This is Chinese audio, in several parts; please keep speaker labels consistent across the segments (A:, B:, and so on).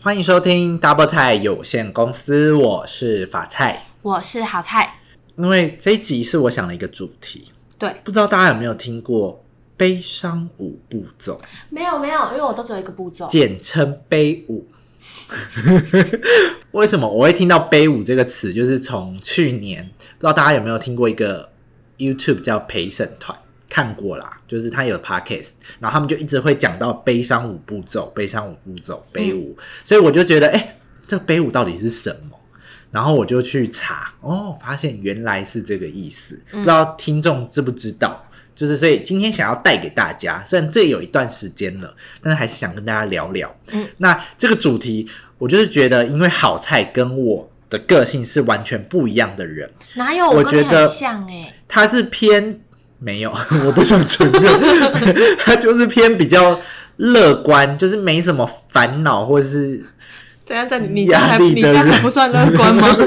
A: 欢迎收听 Double 菜有限公司，我是法菜。
B: 我是好菜，
A: 因为这一集是我想了一个主题，
B: 对，
A: 不知道大家有没有听过悲伤舞步骤，
B: 没有没有，因为我都只有一个步骤，
A: 简称悲舞。 为什么我会听到“悲舞”这个词？就是从去年，不知道大家有没有听过一个 YouTube 叫陪审团，看过啦，就是他有 podcast，然后他们就一直会讲到悲伤舞步骤、悲伤舞步骤、悲舞，所以我就觉得，哎、这悲舞到底是什么？然后我就去查，哦，发现原来是这个意思，不知道听众知不知道？就是所以今天想要带给大家，虽然这有一段时间了，但是还是想跟大家聊聊。
B: 嗯，
A: 那这个主题，我就是觉得，因为好菜跟我的个性是完全不一样的人，
B: 哪有
A: 我
B: 跟你
A: 觉得
B: 很像哎、
A: 他是偏没有， 我不想承认，他就是偏比较乐观，就是没什么烦恼或是
C: 怎样在你你这样
A: 嗯压
C: 还
A: 力
C: 你
A: 的
C: 这样还
A: 人
C: 不算乐观吗？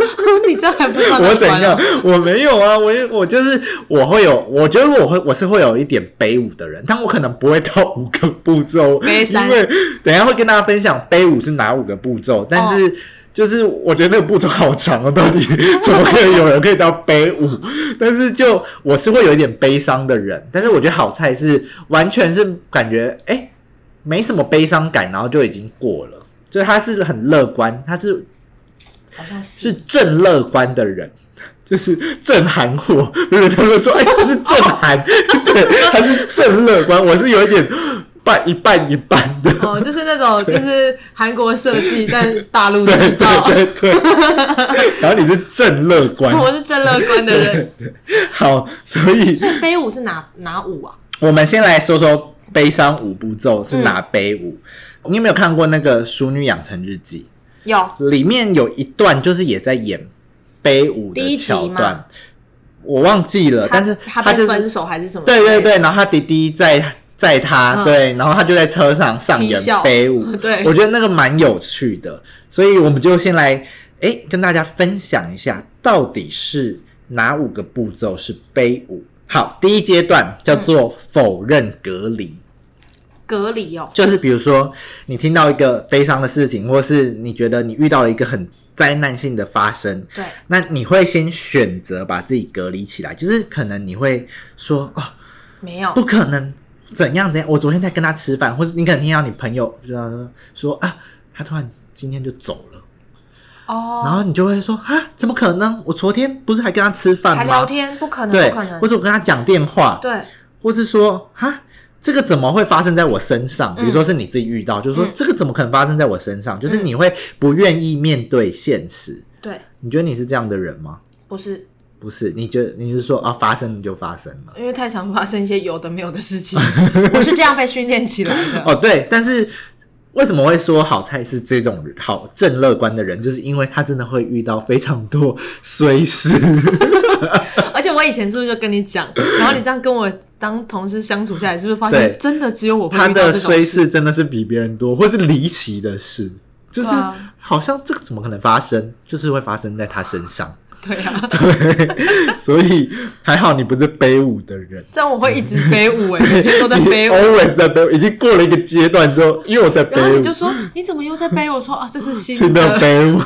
C: 你这样还不算
A: 我
C: 乐
A: 怎
C: 观
A: 样
C: 哦？？
A: 我没有啊，我也我就是我会有，我觉得我会我是会有一点悲舞的人，但我可能不会到五个步骤，
C: 悲伤
A: 因为等一下会跟大家分享悲舞是哪五个步骤，但是。就是我觉得那个步骤好长哦，到底 怎么可以有人可以到悲舞？但是就我是会有一点悲伤的人，但是我觉得好菜是完全是感觉哎、诶没什么悲伤感，然后就已经过了，就是他是很乐观，他是
B: 好像是
A: 是正乐观的人，就是正韩货。有人他们说，哎、这是正 韩，对，他是正乐观。我是有一点半一半一半的，
C: 哦，就是那种就是韩国设计，但大陆
A: 对
C: 制造。
A: 对对对。然后你是正乐观，
C: 我是真乐观的人，
A: 好，所以
B: 所以悲舞是哪哪舞啊？
A: 我们先来说说悲伤五步骤是哪
B: 嗯
A: 悲舞。你有没有看过那个《熟女养成日记》？
B: 有
A: 里面有一段就是也在演悲舞
B: 第
A: 的
B: 一集
A: 桥
B: 吗
A: 段，我忘记了，呃但是
B: 他
A: 就
B: 被
A: 是
B: 分手还是什么？
A: 对对，对，然后他弟弟载载他，
C: 嗯
A: 对，然后他就在车上上演
C: 皮笑
A: 悲舞，
C: 对
A: 我觉得那个蛮有趣的，所以我们就先来诶跟大家分享一下，到底是哪五个步骤是悲舞。好，第一阶段叫
C: 嗯
A: 做否认隔离，
B: 隔离哦，
A: 就是比如说你听到一个悲伤的事情，或是你觉得你遇到了一个很灾难性的发生，
B: 对，
A: 那你会先选择把自己隔离起来，就是可能你会说哦，
B: 没有
A: 不可能怎样怎样。我昨天在跟他吃饭，或是你可能听到你朋友就这样说说啊，他突然今天就走了，然
B: 哦，
A: 后你就会说啊，怎么可能？我昨天不是还跟他吃饭
B: 还
A: 吗？
B: 聊天，不可能，
A: 对
B: 不可，能
A: 或，者我跟他讲电话，
B: 对，
A: 或是说啊，这个怎么会发生在我身上？比如说是你自己遇到，就是说
B: 嗯
A: 这个怎么可能发生在我身上？就是你会不愿意面对现实。
B: 对，
A: 你觉得你是这样的人吗？
B: 不是，
A: 不是，你觉得你是说啊，发生就发生了。
C: 因为太常发生一些有的没有的事 情。
B: 我是这样被训练起来的。
A: 哦，对，但是为什么会说好菜是这种好正乐观的人，就是因为他真的会遇到非常多衰 事。
C: 而且我以前是不是就跟你讲，然后你这样跟我当同事相处下来，是不是发现
A: 对
C: 真的只有我会
A: 他
C: 遇到
A: 的
C: 这种
A: 衰
C: 事？
A: 事真的是比别人多，或是离奇的事，就是
C: 对啊
A: 好像这个怎么可能发生，就是会发生在他身上。
C: 对啊，
A: 对，所以还好你不是悲舞的人。
C: 这样我会一直飞舞哎，每天都在
A: 你
C: 飞舞。
A: ，always 在悲舞，已经过了一个阶段之后，因为我在
C: 然后
A: 悲
C: 你
A: 舞
C: 就，说你怎么又在背？我说啊，这啊是新
A: 新的
C: 的。
A: 悲舞。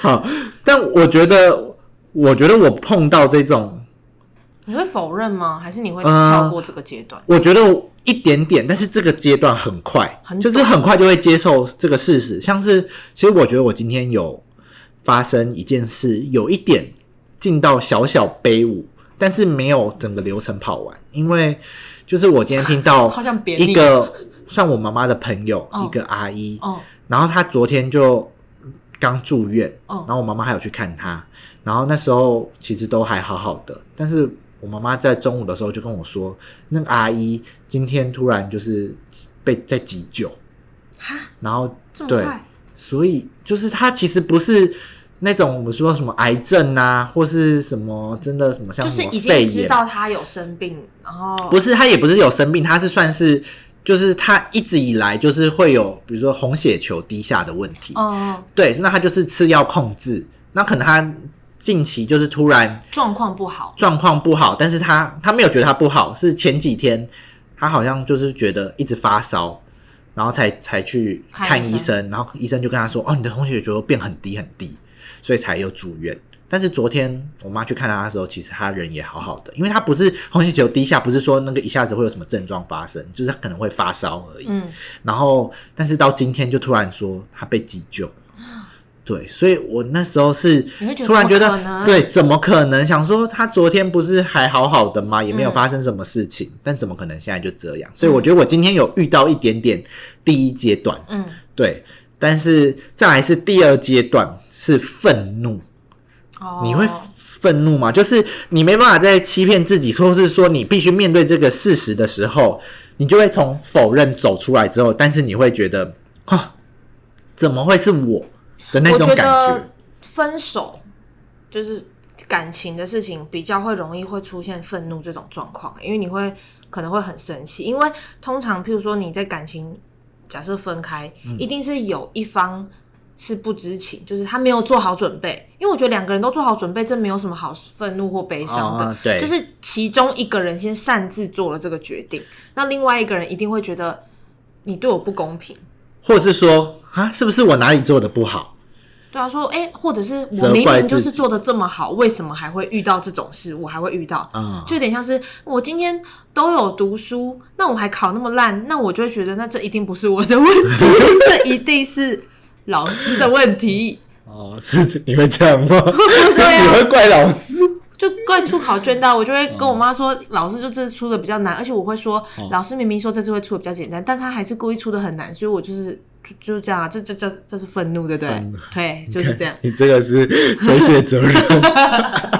A: 好，但我觉得，我觉得我碰到这种
B: 你会否认吗？还是你会
A: 呃
B: 跳过这个阶段？
A: 我觉得我一点点，但是这个阶段很快，
B: 很
A: 就是很快就会接受这个事实。像是，其实我觉得我今天有发生一件事，有一点进到小小悲舞，但是没有整个流程跑完，因为就是我今天听到
C: 好像别
A: 一个算我妈妈的朋友，
B: 哦
A: 一个阿姨，
B: 哦，
A: 然后她昨天就刚住院，
B: 哦
A: 然后我妈妈还有去看她，然后那时候其实都还好好的，但是我妈妈在中午的时候就跟我说，那个阿姨今天突然就是被在急救，
B: 哈，
A: 然后
B: 这么
A: 对，
B: 快？
A: 所以就是她其实不是。那种我们说什么癌症啊，或是什么真的什么像
B: 就是
A: 什么
B: 已
A: 肺
B: 经知
A: 炎
B: 道他有生病，然后
A: 不是，他也不是有生病，他是算是，就是他一直以来就是会有，比如说红血球低下的问题。
C: 呃
B: 哦，
A: 对，那他就是吃药控制。那可能他近期就是突然
B: 状况不好，
A: 状况不好，但是他他没有觉得他不好，是前几天他好像就是觉得一直发烧，然后才才去
B: 看
A: 看
B: 医
A: 医生，然后医生就跟他说：“哦，你的红血球变很低很低，所以才有住院。”但是昨天我妈去看他的时候，其实他人也好好的，因为他不是红血球低下，不是说那个一下子会有什么症状发生，就是他可能会发烧而已。
C: 嗯，
A: 然后，但是到今天就突然说他被急救，对，所以我那时候是
B: 你会觉得
A: 突然觉
B: 怎么可
A: 得，
B: 能
A: 对，怎么可能？想说他昨天不是还好好的吗？也没有
C: 嗯
A: 发生什么事情，但怎么可能现在就这
B: 嗯
A: 样？所以我觉得我今天有遇到一点点第一阶段，
C: 嗯，
A: 对，但是再来是第二阶段是愤怒，
B: 哦
A: 你会愤怒吗？就是你没办法再欺骗自己，或是说你必须面对这个事实的时候，你就会从否认走出来之后，但是你会觉得啊，怎么会是我的那
B: 我
A: 种
B: 觉
A: 感觉
B: 得？分手就是感情的事情，比较会容易会出现愤怒这种状况，因为你会可能会很生气，因为通常譬如说你在感情假设分开，
A: 嗯
B: 一定是有一方。是不知情，就是他没有做好准备，因为我觉得两个人都做好准备，这没有什么好愤怒或悲伤的。
A: 啊对
B: 就是其中一个人先擅自做了这个决定，那另外一个人一定会觉得你对我不公平，
A: 或是说啊，是不是我哪里做的不好？
B: 对啊，说哎、诶或者是我
A: 责
B: 明
A: 怪
B: 明就
A: 自
B: 是
A: 己
B: 做的这么好，为什么还会遇到这种事？我还会遇到，
A: 啊、
B: 就有点像是我今天都有读书，那我还考那么烂，那我就会觉得那这一定不是我的问题。
C: 这一定是老师的问题，
A: 哦，是你会这样吗？
B: 对 啊
A: 你会怪老师？
B: 就怪出考卷啊到，我就会跟我妈说，老师就这次出的比较难，而且我会说，
A: 哦
B: 老师明明说这次会出的比较简单，但他还是故意出的很难，所以我就是就就是这样啊，这这这这是愤怒，对不对
A: 愤怒？
C: 对，就是 这样。
A: 你这个是推卸责任。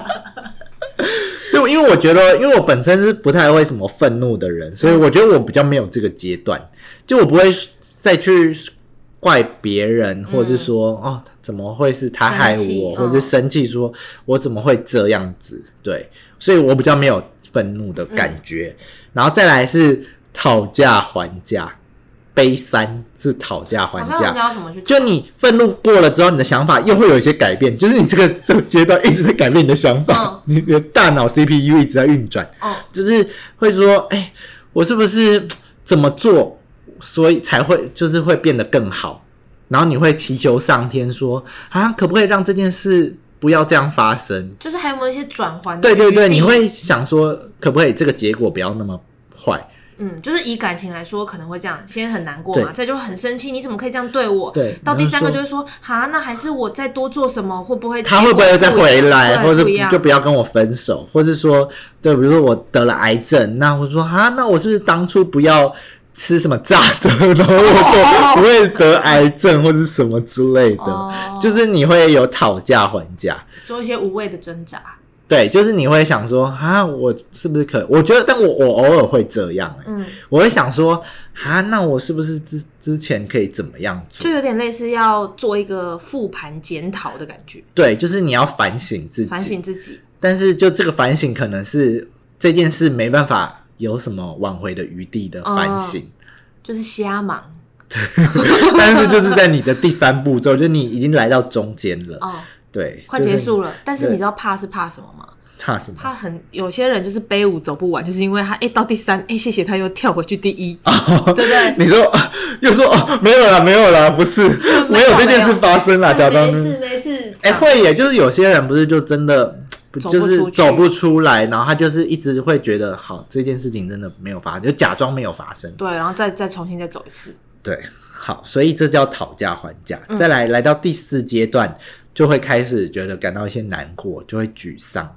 A: 对，因为我觉得，因为我本身是不太会什么愤怒的人，所以我觉得我比较没有这个阶段，就我不会再去怪别人，或
B: 嗯
A: 是说、哦怎么会是他害
C: 生气
A: 我，或
B: 哦
A: 是生气说我怎么会这样子？对，所以我比较没有愤怒的感
B: 嗯
A: 觉。然后再来是讨价还价，悲三是讨价还
B: 好
A: 价，
B: 像人家要怎么去
A: 就你愤怒过了之后，你的想法又会有一些改变，就是你这个 这个阶段一直在改变你的想法，你的大脑 CPU 一直在运转，
B: 嗯
A: 就是会说，哎、我是不是怎么做，所以才会就是会变得更好？然后你会祈求上天说，啊，可不可以让这件事不要这样发生？
B: 就是还有没有一些转换？
A: 对对对，你会想说，可不可以这个结果不要那么坏？
B: 嗯，就是以感情来说，可能会这样，先很难过
A: 对
B: 嘛，再就很生气，你怎么可以这样对我？
A: 对
B: 到第三个
A: 然后
B: 就
A: 说
B: 会说，哈，那还是我再多做什么，会不 会
A: 他
B: 结
A: 会不
B: 果
A: 会再
B: 一
A: 回
B: 样
A: 来，
B: 对
A: 或者
B: 不一样
A: 就不要跟我分手，或是说，对，比如说我得了癌症，那我说啊，那我是不是当初不要吃什么炸的， 然后我就不会得癌症或是什么之类的，
B: 哦
A: 就是你会有讨价还价。
B: 做一些无谓的挣扎？
A: 对，就是你会想说啊，我是不是可？我觉得，但我我偶尔会这样、欸，
B: 嗯，
A: 我会想说啊，那我是不是之之前可以怎么样做
B: 就？有点类似要做一个复盘检讨的感觉，
A: 对，就是你要反省自己，
B: 反省自己。
A: 但是就这个反省，可能是这件事没办法有什么挽回的余地的反省，
B: 就是瞎忙 哦
A: 但是就是在你的第三步骤，就你已经来到中间了，
B: 哦，
A: 对，
B: 快结
A: 就是
B: 束了。但是
A: 对
B: 你知道怕是怕什么吗？
A: 怕什么？
B: 怕很有些人就是背舞走不完，就是因为他哎、到第三哎、谢谢他又跳回去第一，
A: 哦
B: 对不对？
A: 你说 啊又说哦，没有啦，没有啦，不 是，没有这件事发生啦，假装
B: 没事没事，
A: 哎、会耶，就是有些人不是就真的。不
B: 走不
A: 就是
B: 出去
A: 走不出来，然后他就是一直会觉得好这件事情真的没有发生，就假装没有发生。
B: 对，然后再再重新再走一次。
A: 对，好，所以这叫讨价还价。
B: 嗯
A: 再来，来到第四阶段，就会开始觉得感到一些难过，就会沮丧。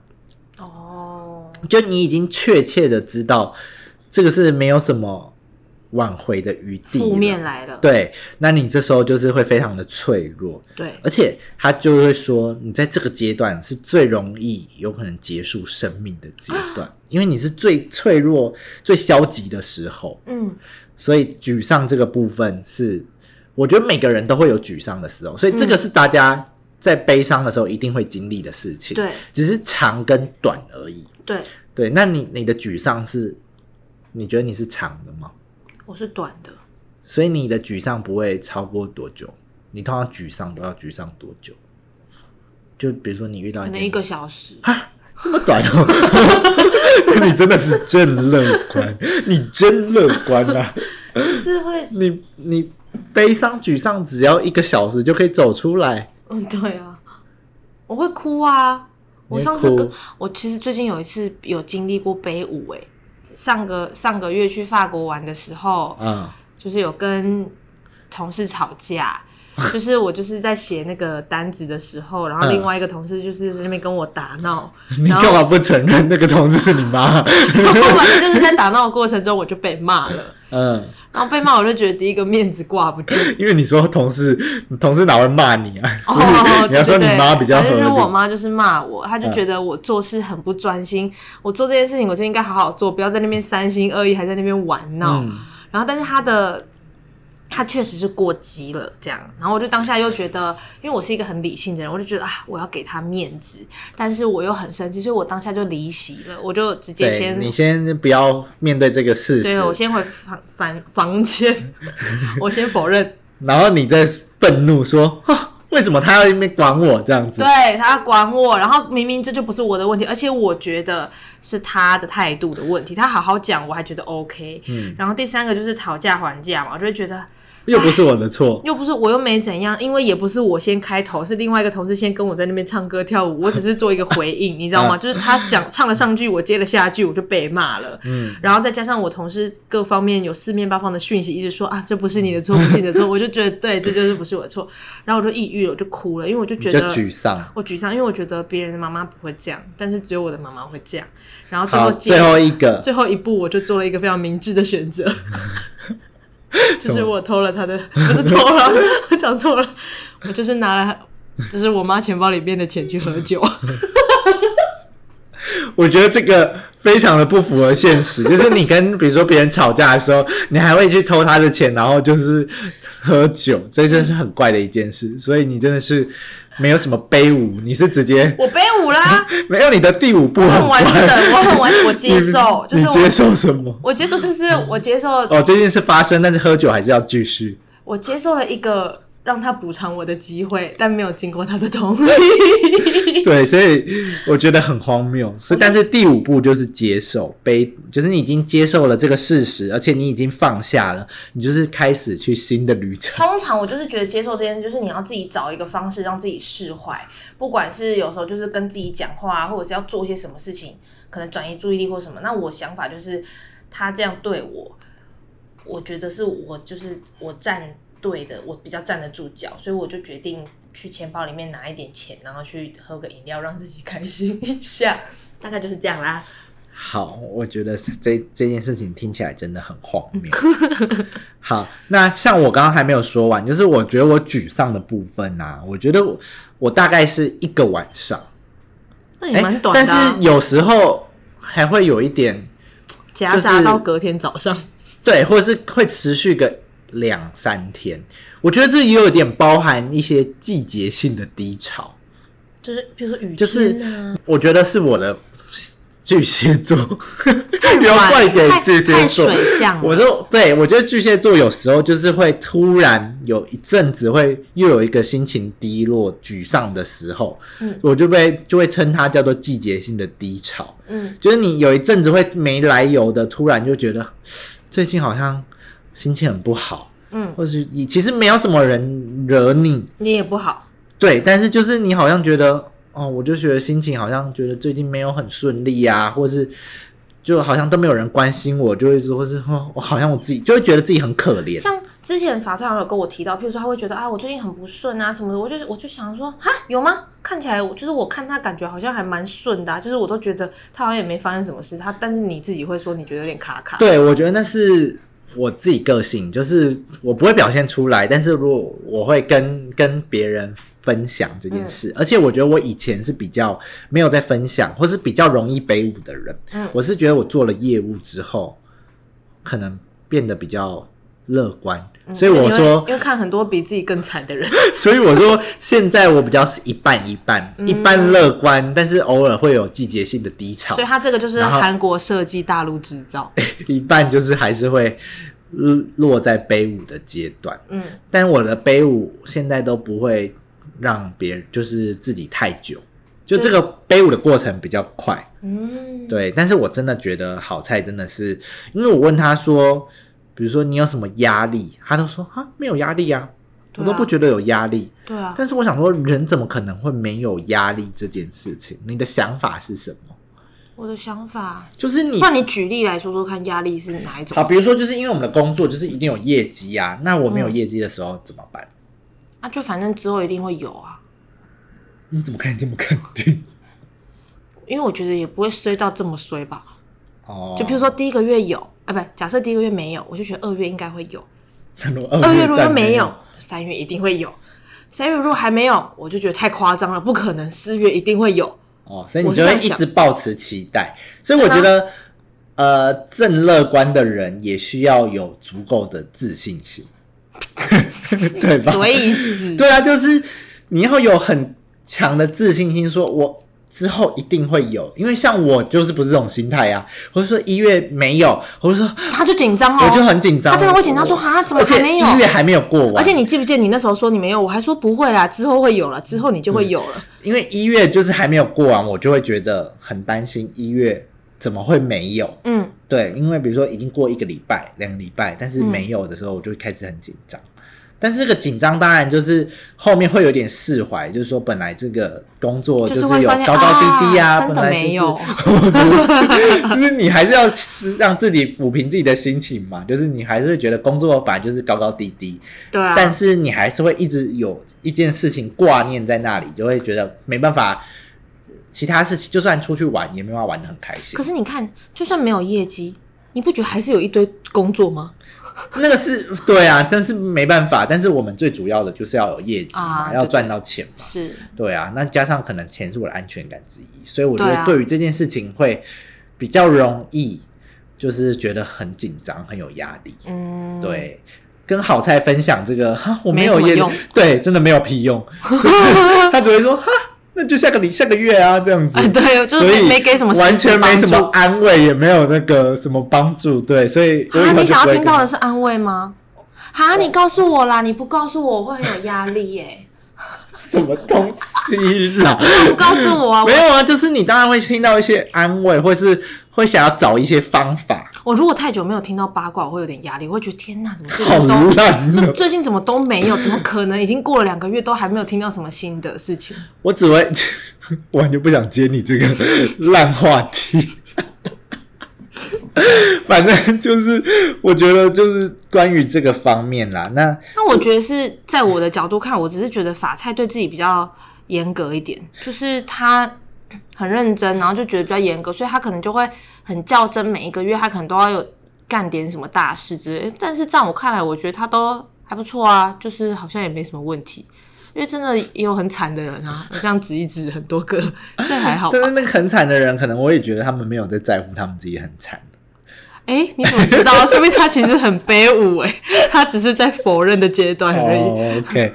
B: 哦，
A: 就你已经确切的知道这个是没有什么挽回的余地，
B: 负面。来了，
A: 对，那你这时候就是会非常的脆弱，
B: 对
A: 而且他就会说，你在这个阶段是最容易有可能结束生命的阶段， 因为你是最脆弱、最消极的时候。
B: 嗯，
A: 所以沮丧这个部分是，我觉得每个人都会有沮丧的时候，所以这个是大家在悲伤的时候一定会经历的事情，
B: 对
A: 只是长跟短而已。
B: 对，
A: 对，那你你的沮丧是，你觉得你是长的吗？
B: 我是短的，
A: 啊所以你的沮丧不会超过多久？你通常沮丧都要沮丧多久？就比如说你遇啊到
B: 可能
A: 件
B: 一个小时，
A: 这么短 哦，你真的是真乐观，你真乐观啊！
C: 就是会，
A: 你你悲伤沮丧只要一个小时就可以走出来，
C: 嗯，对啊，
B: 我会哭啊！我
A: 你
B: 上
A: 会
B: 次跟
A: 哭
B: 我其实最近有一次有经历过悲舞、欸，上个上个月去法国玩的时候，
A: 嗯，
B: 就是有跟同事吵架，就是我就是在写那个单子的时候，然后
A: 嗯
B: 另外一个同事就是在那边跟我打闹，
A: 你
B: 然后
A: 干嘛不承认那个同事是你妈？
B: 然后反正就是在打闹的过程中我就被骂 了，
A: 嗯，
B: 然后被骂我就觉得第一个面子挂不住，
A: 因为你说同事，同事哪会骂你啊？所
B: 哦，
A: 以你要说你
B: 对对对
A: 妈比较合
B: 反正就是我
A: 理。
B: 妈就是骂我，她就觉得我做事很不专心，我做这件事情我就应该好好做，不要在那边三心二意，还在那边玩闹。
A: 嗯
B: 然后，但是她的她确实是过激了，这样。然后我就当下又觉得，因为我是一个很理性的人，我就觉得啊，我要给她面子，但是我又很生气，所以我当下就离席了，我就直接
A: 对
B: 先
A: 你先不要面对这个事实
B: 对，我先回房房房间，我先否认。
A: 然后你再愤怒说，哈为什么他要一边管我这样子？
B: 对啊他管我，然后明明这就不是我的问题，而且我觉得是他的态度的问题。他好好讲，我还觉得 OK。
A: 嗯，
B: 然后第三个就是讨价还价嘛，我就会觉得
A: 又不是我的错，
B: 又不是我又没怎样，因为也不是我先开头，是另外一个同事先跟我在那边唱歌跳舞，我只是做一个回
A: 嗯
B: 应， 你知道吗？就是他讲唱了上句，我接了下句，我就被骂了。
A: 嗯，
B: 然后再加上我同事各方面有四面八方的讯息，一直说啊这不是你的错，不是你的错，我就觉得对，这就是不是我 的错。然后我就抑郁了，我就哭了，因为我就
A: 你
B: 觉
A: 就
B: 得
A: 沮丧。
B: 我沮丧，因为我觉得别人的妈妈不会这样，但是只有我的妈妈会这样。然后最
A: 好，
B: 后
A: 最
B: 最
A: 后一个，
B: 最后一步，我就做了一个非常明智的选 择，就
A: 什
B: 是
A: 么
B: 我偷了她的，不是偷了， 我讲错了，我就是拿了她，就是我妈钱包里面的钱去喝酒。
A: 我觉得这个非常的不符合现 实，就是你跟比如说别人吵架的时候，你还会去偷他的钱，然后就是喝酒，这真是很怪的一件事。所以你真的是没有什么卑舞，你是直接
B: 我背舞 啦，
A: 没有你的第五步
B: 我
A: 很
B: 很完整，
A: 怪。
B: 我很完整，我接受，
A: 你
B: 就是
A: 你接
B: 我。
A: 受什么？
B: 我接受，就是我接受，
A: 哦，这件事发生，但是喝酒还是要继续。
B: 我接受了一个让他补偿我的机会，但没有经过他的同意。
A: 对，所以我觉得很荒谬。所以，但是第五步就是接受悲，就是你已经接受了这个事实，而且你已经放下了，你就是开始去新的旅程。
B: 通常我就是觉得接受这件事，就是你要自己找一个方式让自己释怀，不管是有时候就是跟自己讲话啊，或者是要做一些什么事情，可能转移注意力或什么。那我想法就是，他这样对我，我觉得是我就是我站对的，我比较站得住脚，所以我就决定去钱包里面拿一点钱，然后去喝个饮料，让自己开心一 下。大概就是这样啦。
A: 好，我觉得 这这件事情听起来真的很荒谬。 好，那像我刚刚还没有说完，就是我觉得我沮丧的部分啊，我觉得我我大概是一个晚上，
B: 那
A: 哎、但
B: 啊
A: 是有时候还会有一点
B: 夹
A: 杂到
B: 隔天早上。
A: 对，或者是会持续个两三天。我觉得这也有点包含一些季节性的低潮。
B: 就是比如说雨
A: 就是
B: 天啊，
A: 我觉得是我的巨蟹座， 不要
B: 软
A: 怪给
B: 太
A: 巨蟹座。
B: 太水象了
A: 我就对我觉得巨蟹座有时候就是会突然有一阵子会又有一个心情低落、沮丧的时候，
B: 嗯
A: 我就被就会称它叫做季节性的低潮。
B: 嗯，
A: 就是你有一阵子会没来由的突然就觉得最近好像心情很不好，
B: 嗯
A: 或是你其实没有什么人惹你，
B: 你也不好。
A: 对，但是就是你好像觉得，哦，我就觉得心情好像觉得最近没有很顺利啊，或是就好像都没有人关心我，就会说或是哦，我好像我自己就会觉得自己很可怜。
B: 像之前法菜好像有跟我提到，譬如说他会觉得啊，我最近很不顺啊什么的，我就我就想说，哈，有吗？看起来我就是我看他感觉好像还蛮顺的、啊，就是我都觉得他好像也没发生什么事，他但是你自己会说你觉得有点卡卡。
A: 对，我觉得那是我自己个性，就是我不会表现出来，但是如果我会跟跟别人分享这
B: 嗯
A: 件事，而且我觉得我以前是比较没有在分享，或是比较容易北舞的人。
B: 嗯
A: 我是觉得我做了业务之后，可能变得比较乐观，所以我说。
B: 嗯 因为看很多比自己更惨的人，
A: 所以我说，现在我比较是一半一半，
B: 嗯
A: 一半乐观，但是偶尔会有季节性的低潮
B: 所以，他这个就是
A: 然后
B: 韩国设计大陆制造。
A: 一半就是还是会落落在悲舞的阶段。
B: 嗯，
A: 但我的悲舞现在都不会让别人就是自己太久，就这个悲舞的过程比较快。
B: 嗯，
A: 对，但是我真的觉得好菜真的是，因为我问他说，比如说你有什么压力，他都说啊没有压力啊，我
B: 对
A: 都
B: 啊
A: 不觉得有压力。
B: 对啊，
A: 但是我想说，人怎么可能会没有压力这件事情？你的想法是什么？
B: 我的想法，
A: 就是你
B: 那你举例来说说看，压力是哪一种
A: 好，？比如说就是因为我们的工作就是一定有业绩啊，那我没有业绩的时候怎么办？
B: 啊，就反正之后一定会有啊，
A: 你怎么看这么肯定？
B: 因为我觉得也不会衰到这么衰吧。
A: 哦，
B: 就比如说第一个月有，啊，不，假设第一个月没有，我就觉得二月应该会有，
A: 如果
B: 二
A: 二
B: 哦月如果
A: 再
B: 没
A: 没
B: 有，，三月一定会有，三月如果还没有，我就觉得太夸张了，不可能，四月一定 会有。
A: 哦，所以你
B: 我是
A: 就会
B: 这样
A: 一
B: 想啊
A: 直保持期待。所以我觉得，呃，正乐观的人也需要有足够的自信心， 对吧？
B: 所以死，
A: 对啊，就是你要有很强的自信心，说我之后一定会有，因为像我就是不是这种心态啊，我就说一月没有，我就说
B: 他就紧张哦，
A: 我就很紧张，
B: 他真的会紧张说
A: 我
B: 啊，怎么
A: 而且
B: 还没有？
A: 一月还没有过完，
B: 而且你记不记得你那时候说你没有，我还说不会啦，之后会有了，之后你就会有了。
A: 因为一月就是还没有过完，我就会觉得很担心一月怎么会没有。
B: 嗯，
A: 对，因为比如说已经过一个礼拜、两个礼拜，但是没有的时候，我就会开始很紧张。但是这个紧张当然就是后面会有点释怀，就是说本来这个工作
B: 就是
A: 是
B: 会
A: 有
B: 发现
A: 高高低低
B: 啊真
A: 本
B: 的
A: 来就是
B: 没有
A: 不是， 就是你还是要让自己抚平自己的心情嘛，就是你还是会觉得工作本来就是高高低低，
B: 对啊，
A: 但是你还是会一直有一件事情挂念在那里，就会觉得没办法，其他事情就算出去玩也没办法玩的很开心
B: 可。是你看，就算没有业绩，你不觉得还是有一堆工作吗？
A: 那个是对啊，但是没办法，但是我们最主要的就是要有业绩嘛，
B: 啊
A: 要
B: 对
A: 赚到钱嘛。
B: 是，
A: 对啊，那加上可能钱是我的安全感之一，所以我觉
B: 对
A: 得
B: 啊
A: 对于这件事情会比较容易，就是觉得很紧张，很有压力。
B: 嗯，，
A: 对，跟好菜分享这个，哈，我
B: 没
A: 有
B: 什么
A: 业绩
B: 用，
A: 对，真的没有屁 用，就是他只会说，哈，那就下个礼下个月啊，这样子。
B: 哎，对，就是
A: 所以
B: 没没给什么实质
A: 完全没
B: 帮
A: 什
B: 助
A: 么安慰，也没有那个什么帮助，对， 所以我以
B: 啊，
A: 后
B: 你
A: 就
B: 想
A: 不会
B: 要听
A: 跟
B: 到的是安慰吗？啊，你告诉我啦，你不告诉我，我会很有压力耶、
A: 什么东西啦？
B: 不告诉我 啊，我
A: 没有啊，就是你当然会听到一些安慰，或是会想要找一些方法，
B: 我如果太久没有听到八卦，我会有点压力，我会觉得天哪，怎么最
A: 好
B: 近都
A: 烂
B: 就
A: 哦！
B: 最近怎么都没有？怎么可能？已经过了两个月都还没有听到什么新的事情？
A: 我只会， 我完全不想接你这个烂话题。 反正就是，我觉得就是关于这个方面啦。那
B: 那我觉得是在我的角度看，我只是觉得法菜对自己比较严格一点，就是他很认真，然后就觉得比较严格，所以他可能就会很较真，每一个月他可能都要有干点什么大事之类的。但是在我看来，我觉得他都还不错啊，就是好像也没什么问题。因为真的也有很惨的人啊，我这样指一指很多个，所以还好吧
A: 但。是那个很惨的人，可能我也觉得他们没有在在乎他们自己很惨。
B: 哎、你怎么知道？说明他其实很卑微，哎，他只是在否认的阶段而已。
A: 哦、OK，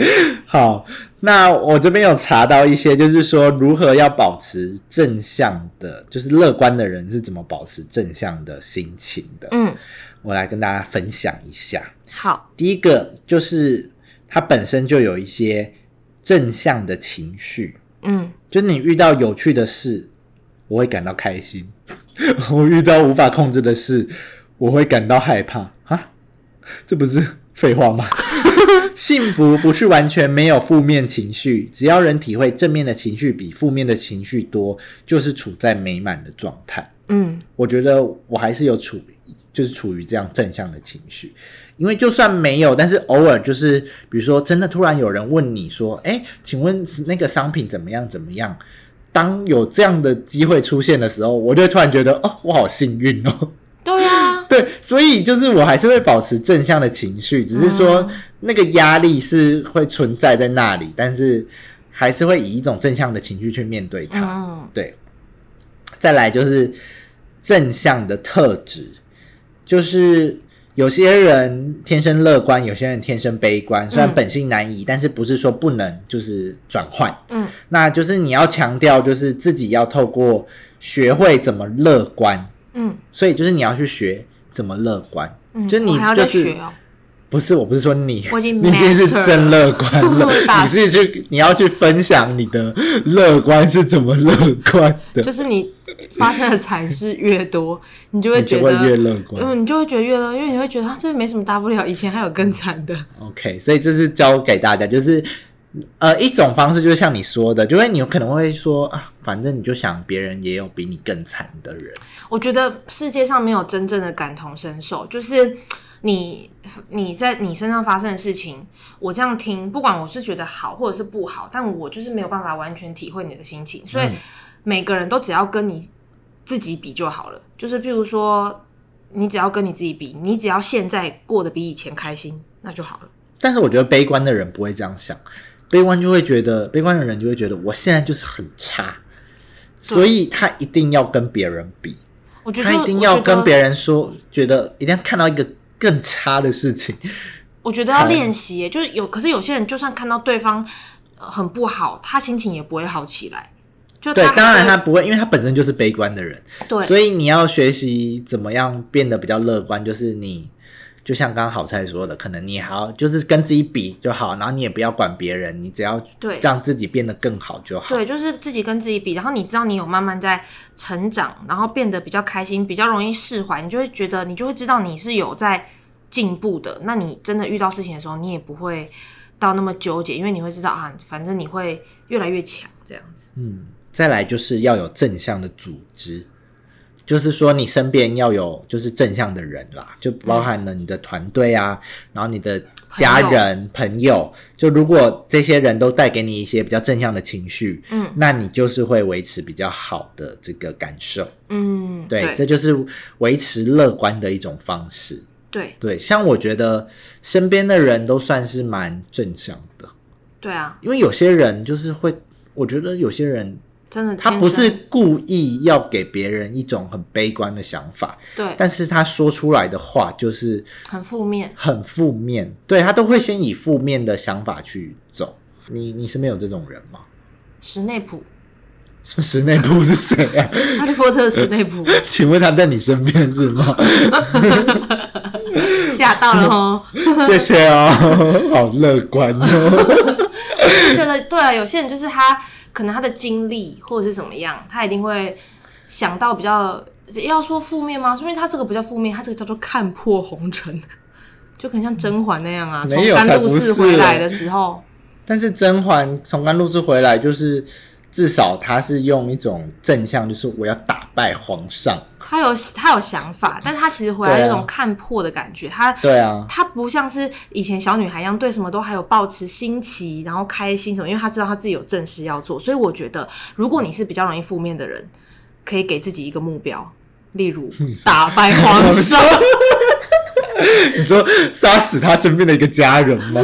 A: 好，那我这边有查到一些，就是说如何要保持正向的，就是乐观的人是怎么保持正向的心情的。
B: 嗯，
A: 我来跟大家分享一下。
B: 好，
A: 第一个就是他本身就有一些正向的情绪，
B: 嗯，
A: 就是你遇到有趣的事，我会感到开心； 我遇到无法控制的事，我会感到害怕。啊，这不是废话吗？ 幸福不是完全没有负面情绪，只要人体会正面的情绪比负面的情绪多，就是处在美满的状态。
B: 嗯，
A: 我觉得我还是有处，就是处于这样正向的情绪，因为就算没有，但是偶尔就是，比如说真的突然有人问你说，哎，请问那个商品怎么样怎么样？当有这样的机会出现的时候，我就会突然觉得，哦，我好幸运哦。
B: 对啊呀、
A: 对，所以就是我还是会保持正向的情绪，只是说那个压力是会存在在那里，但是还是会以一种正向的情绪去面对它。
B: 嗯，
A: 对，再来就是正向的特质，就是有些人天生乐观，有些人天生悲观。虽然
B: 嗯
A: 本性难移，但是不是说不能就是转换。
B: 嗯，
A: 那就是你要强调，就是自己要透过学会怎么乐观，
B: 嗯，
A: 所以就是你要去学怎么乐观。
B: 嗯，
A: 就你
B: 我还要
A: 就
B: 再
A: 是
B: 学哦，
A: 不是，我不是说你，
B: 我已 经
A: 你已经是
B: master，
A: 真乐观了
B: 大
A: 你是去你要去分享你的乐观是怎么乐观的，
C: 就是你发生的惨事越多，你就会
A: 哦你就
C: 觉
A: 会越
C: 得，
A: 乐观。
C: 嗯，你就会觉得越乐，因为你会觉得啊，这没什么大不了，以前还有更惨的。
A: OK，所以这是教给大家，就是呃一种方式，就是像你说的，就是你有可能会说啊，反正你就想别人也有比你更惨的人，
B: 我觉得世界上没有真正的感同身受，就是你你在你身上发生的事情，我这样听，不管我是觉得好或者是不好，但我就是没有办法完全体会你的心情，所以
A: 嗯
B: 每个人都只要跟你自己比就好了。就是譬如说，你只要跟你自己比，你只要现在过得比以前开心，那就好了。
A: 但是我觉得悲观的人不会这样想，悲观就会觉得，悲观的人就会觉得我现在就是很差，所以他一定要跟别人比，
B: 我觉得
A: 他一定要跟别人说，觉得一定要看到一个更差的事情，
B: 我觉得要
A: 才
B: 练习耶，就是有，可是有些人就算看到对方、呃很不好，他心情也不会好起来。就
A: 对
B: 他，还
A: 当然
B: 是
A: 他不会，因为他本身就是悲观的人，
B: 对，
A: 所以你要学习怎么样变得比较乐观，就是你就像刚刚好菜说的，可能你还要就是跟自己比就好，然后你也不要管别人，你只要
B: 对
A: 让自己变得更好就好。
B: 对，就是自己跟自己比，然后你知道你有慢慢在成长，然后变得比较开心，比较容易释怀，你就会觉得你就会知道你是有在进步的。那你真的遇到事情的时候，你也不会到那么纠结，因为你会知道啊，反正你会越来越强这样子。
A: 嗯，再来就是要有正向的组织，就是说你身边要有就是正向的人啦，就包含了你的团队啊，然后你的家人、朋友，就如果这些人都带给你一些比较正向的情绪，
B: 嗯
A: 那你就是会维持比较好的这个感受。
B: 嗯，
A: 对，
B: 对
A: 这就是维持乐观的一种方式。
B: 对
A: 对，像我觉得身边的人都算是蛮正向的，
B: 对啊，
A: 因为有些人就是会，我觉得有些人
B: 真的
A: 他
B: 天
A: 不是
B: 生
A: 故意要给别人一种很悲观的想法，
B: 对，
A: 但是他说出来的话就是
B: 很负面。
A: 很负面，对他都会先以负面的想法去走。你你身边有这种人吗？
B: 史内普，
A: 什么史内普是谁啊？
C: 哈利波特史内 普
A: 请问他在你身边是吗？
C: 吓到了哦，
A: 谢谢哦，好乐观哦。
B: 就觉得对啊，有些人就是他可能他的经历或者是怎么样，他一定会想到比较要说负面吗？说明他这个不叫负面，他这个叫做看破红尘，就很像甄嬛那样啊，从
A: 没有
B: 甘
A: 才
B: 露
A: 不
B: 寺
A: 是
B: 回来
A: 欸
B: 的时候，
A: 但是甄嬛从甘露寺回来，就是至少她是用一种正向，就是我要打败皇上。
B: 他有他有想法，但他其实回来
A: 对啊
B: 有种看破的感觉，他
A: 对啊，
B: 她不像是以前小女孩一样，对什么都还有抱持新奇，然后开心什么，因为她知道她自己有正事要做。所以我觉得，如果你是比较容易负面的人，可以给自己一个目标，例 如打败皇上。
A: 你说杀死他身边的一个家人 吗？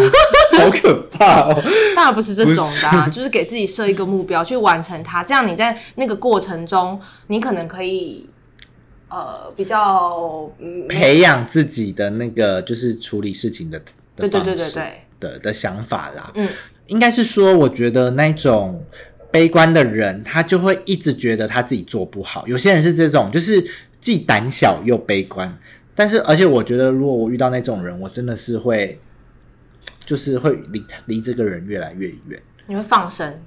A: 好可怕哦！
B: 当然不是这种的、啊，就是给自己设一个目标去完成它。这样你在那个过程中，你可能可以呃比较嗯，
A: 培养自己的那个就是处理事情的
B: 对
A: 的
B: 对
A: 方
B: 对
A: 式
B: 对对，
A: 的的想法啦。
B: 嗯，
A: 应该是说，我觉得那种悲观的人，他就会一直觉得他自己做不好。有些人是这种，就是既胆小又悲观。但是，而且我觉得，如果我遇到那种人，我真的是会，就是会离他离这个人越来越远。
B: 你会放生，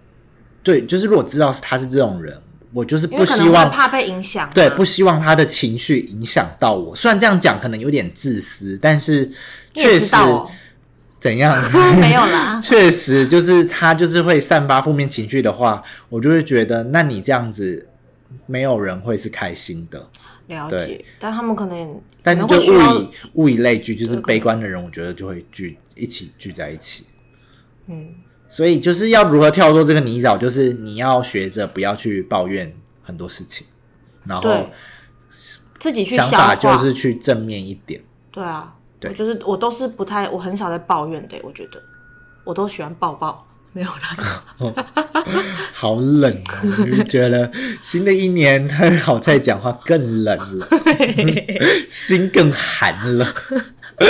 A: 对，就是如果知道是他是这种人，我就是
B: 因
A: 不
B: 为可
A: 希
B: 能会
A: 望
B: 怕被影响、啊
A: 对，不，希望他的情绪影响到我。虽然这样讲可能有点自私，但是
B: 你也
A: 确
B: 知
A: 实
B: 道 哦，
A: 怎样？
B: 没有 啦。
A: 确实，就是他就是会散发负面情绪的话，我就会觉得，那你这样子，没有人会是开心的。
B: 了
A: 对
B: 解，但他们可能
A: 但是就
B: 可能会需
A: 物以
B: 要，
A: 物以类聚，就是
B: 对可能
A: 悲观的人，我觉得就会聚一起聚在一起。
B: 嗯，
A: 所以就是要如何跳脱这个泥沼，就是你要学着不要去抱怨很多事情，然后
B: 对，自己去
A: 想
B: 消化，
A: 法就是去正面一点。
B: 对啊，
A: 对
B: 我就是我都是不太，我很少在抱怨的，我觉得我都喜欢抱抱， 没有啦，
A: 好冷哦，我就觉得新的一年和好在讲话更冷了， 心更寒了。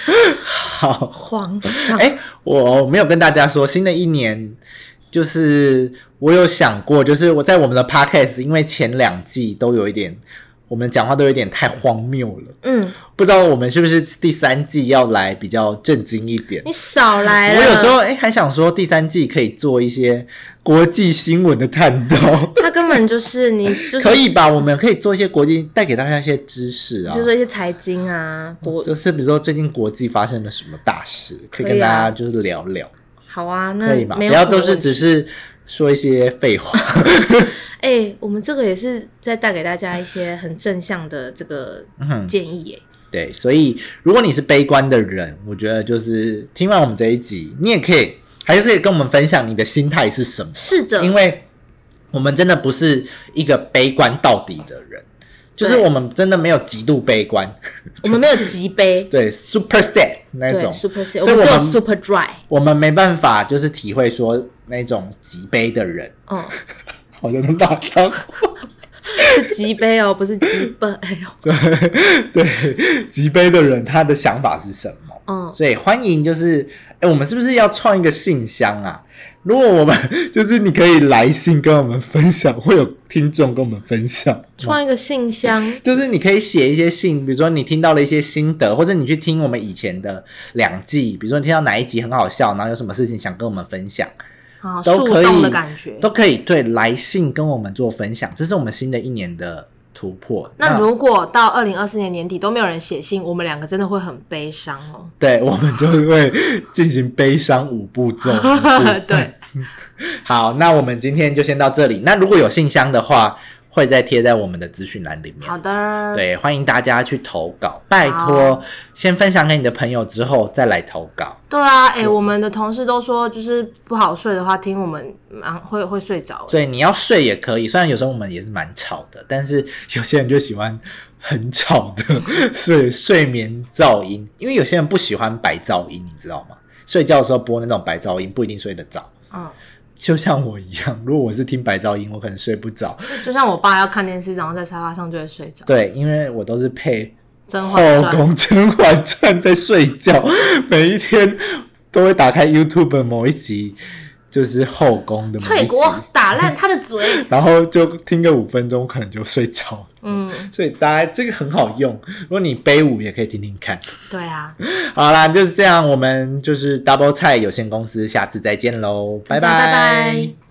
A: 好，
C: 皇上
A: 哎、我没有跟大家说，新的一年就是我有想过，就是我在我们的 podcast，因为前两季都有一点我们讲话都有点太荒谬了。
B: 嗯，
A: 不知道我们是不是第三季要来比较震惊一点？
B: 你少来了。
A: 我有时候哎、还想说第三季可以做一些国际新闻的探讨，
B: 他根本就是 你就是
A: 可以吧？我们可以做一些国际，带给大家一些知识啊嗯
B: 比如。说一些财经啊，博
A: 就是比如说最近国际发生了什么大事，可以
B: 可
A: 跟
B: 以
A: 大家
B: 啊
A: 就是聊聊，
B: 好啊，
A: 可
B: 那
A: 以吧？不
B: 没有
A: 要
B: 什么
A: 都是
B: 问题
A: 只是说一些废话。
B: 哎、我们这个也是在带给大家一些很正向的这个
A: 嗯
B: 建议哎、
A: 对，所以如果你是悲观的人，我觉得就是听完我们这一集，你也可以还是可以跟我们分享你的心态是什么，
B: 试着
A: 因为我们真的不是一个悲观到底的人，就是
B: 对
A: 我们真的没有极度悲观，
B: 我们没有极杯，
A: 对，super sad 那
B: 对
A: 种
B: ，super s
A: 所以
B: a 我们只
A: 我
B: 有
A: 们
B: super dry，
A: 我们没办法就是体会说那种极悲的人，
B: 嗯，
A: 好像大张，
B: 是极杯哦，不是极笨，哎呦，
A: 对，极悲的人他的想法是什么？
B: 嗯，
A: 所以欢迎就是，哎，我们是不是要创一个信箱啊？如果我们 就是你可以来信跟我们分享，会有听众跟我们分享。
B: 创一个信箱，
A: 就是你可以写一些信，比如说你听到了一些心得，或者你去听我们以前的两季，比如说你听到哪一集很好笑，然后有什么事情想跟我们分享，
B: 啊，
A: 都
B: 树
A: 可以
B: 洞的感觉。
A: 都可以对来信跟我们做分享。这是我们新的一年的突破。
B: 那如果到二零二四年年底都没有人写信，我们两个真的会很悲伤哦。
A: 对我们就会进行悲伤五步骤。
B: 对，
A: 好，那我们今天就先到这里。那如果有信箱的话，会再贴在我们的资讯栏里面
B: 好。的，
A: 对，欢迎大家去投稿，拜托
B: 好，
A: 先分享给你的朋友之后再来投稿。
B: 对啊，哎、我们的同事都说，就是不好睡的话，听我们蛮会会睡着的。
A: 所以你要睡也可以，虽然有时候我们也是蛮吵的，但是有些人就喜欢很吵的 睡睡眠噪音，因为有些人不喜欢白噪音，你知道吗？睡觉的时候播那种白噪音不一定睡得着，
B: 嗯，
A: 就像我一样， 如果我是听白噪音，我可能睡不着。
B: 就像我爸要看电视，然后在沙发上就会睡着。
A: 对，因为我都是配
B: 《甄
A: 后
B: 嬛传》
A: 宫《甄嬛传》在睡觉，每一天都会打开 YouTube 的某一集，就是后宫的某一
B: 翠
A: 集，
B: 国打烂他的嘴。
A: 然后就听个五分钟，可能就睡着了。
B: 嗯，
A: 所以大家这个很好用，如果你背舞也可以听听看。
B: 对啊，
A: 好啦，就是这样，我们就是 Double 菜有限公司，下次再见喽，拜
B: 大家拜拜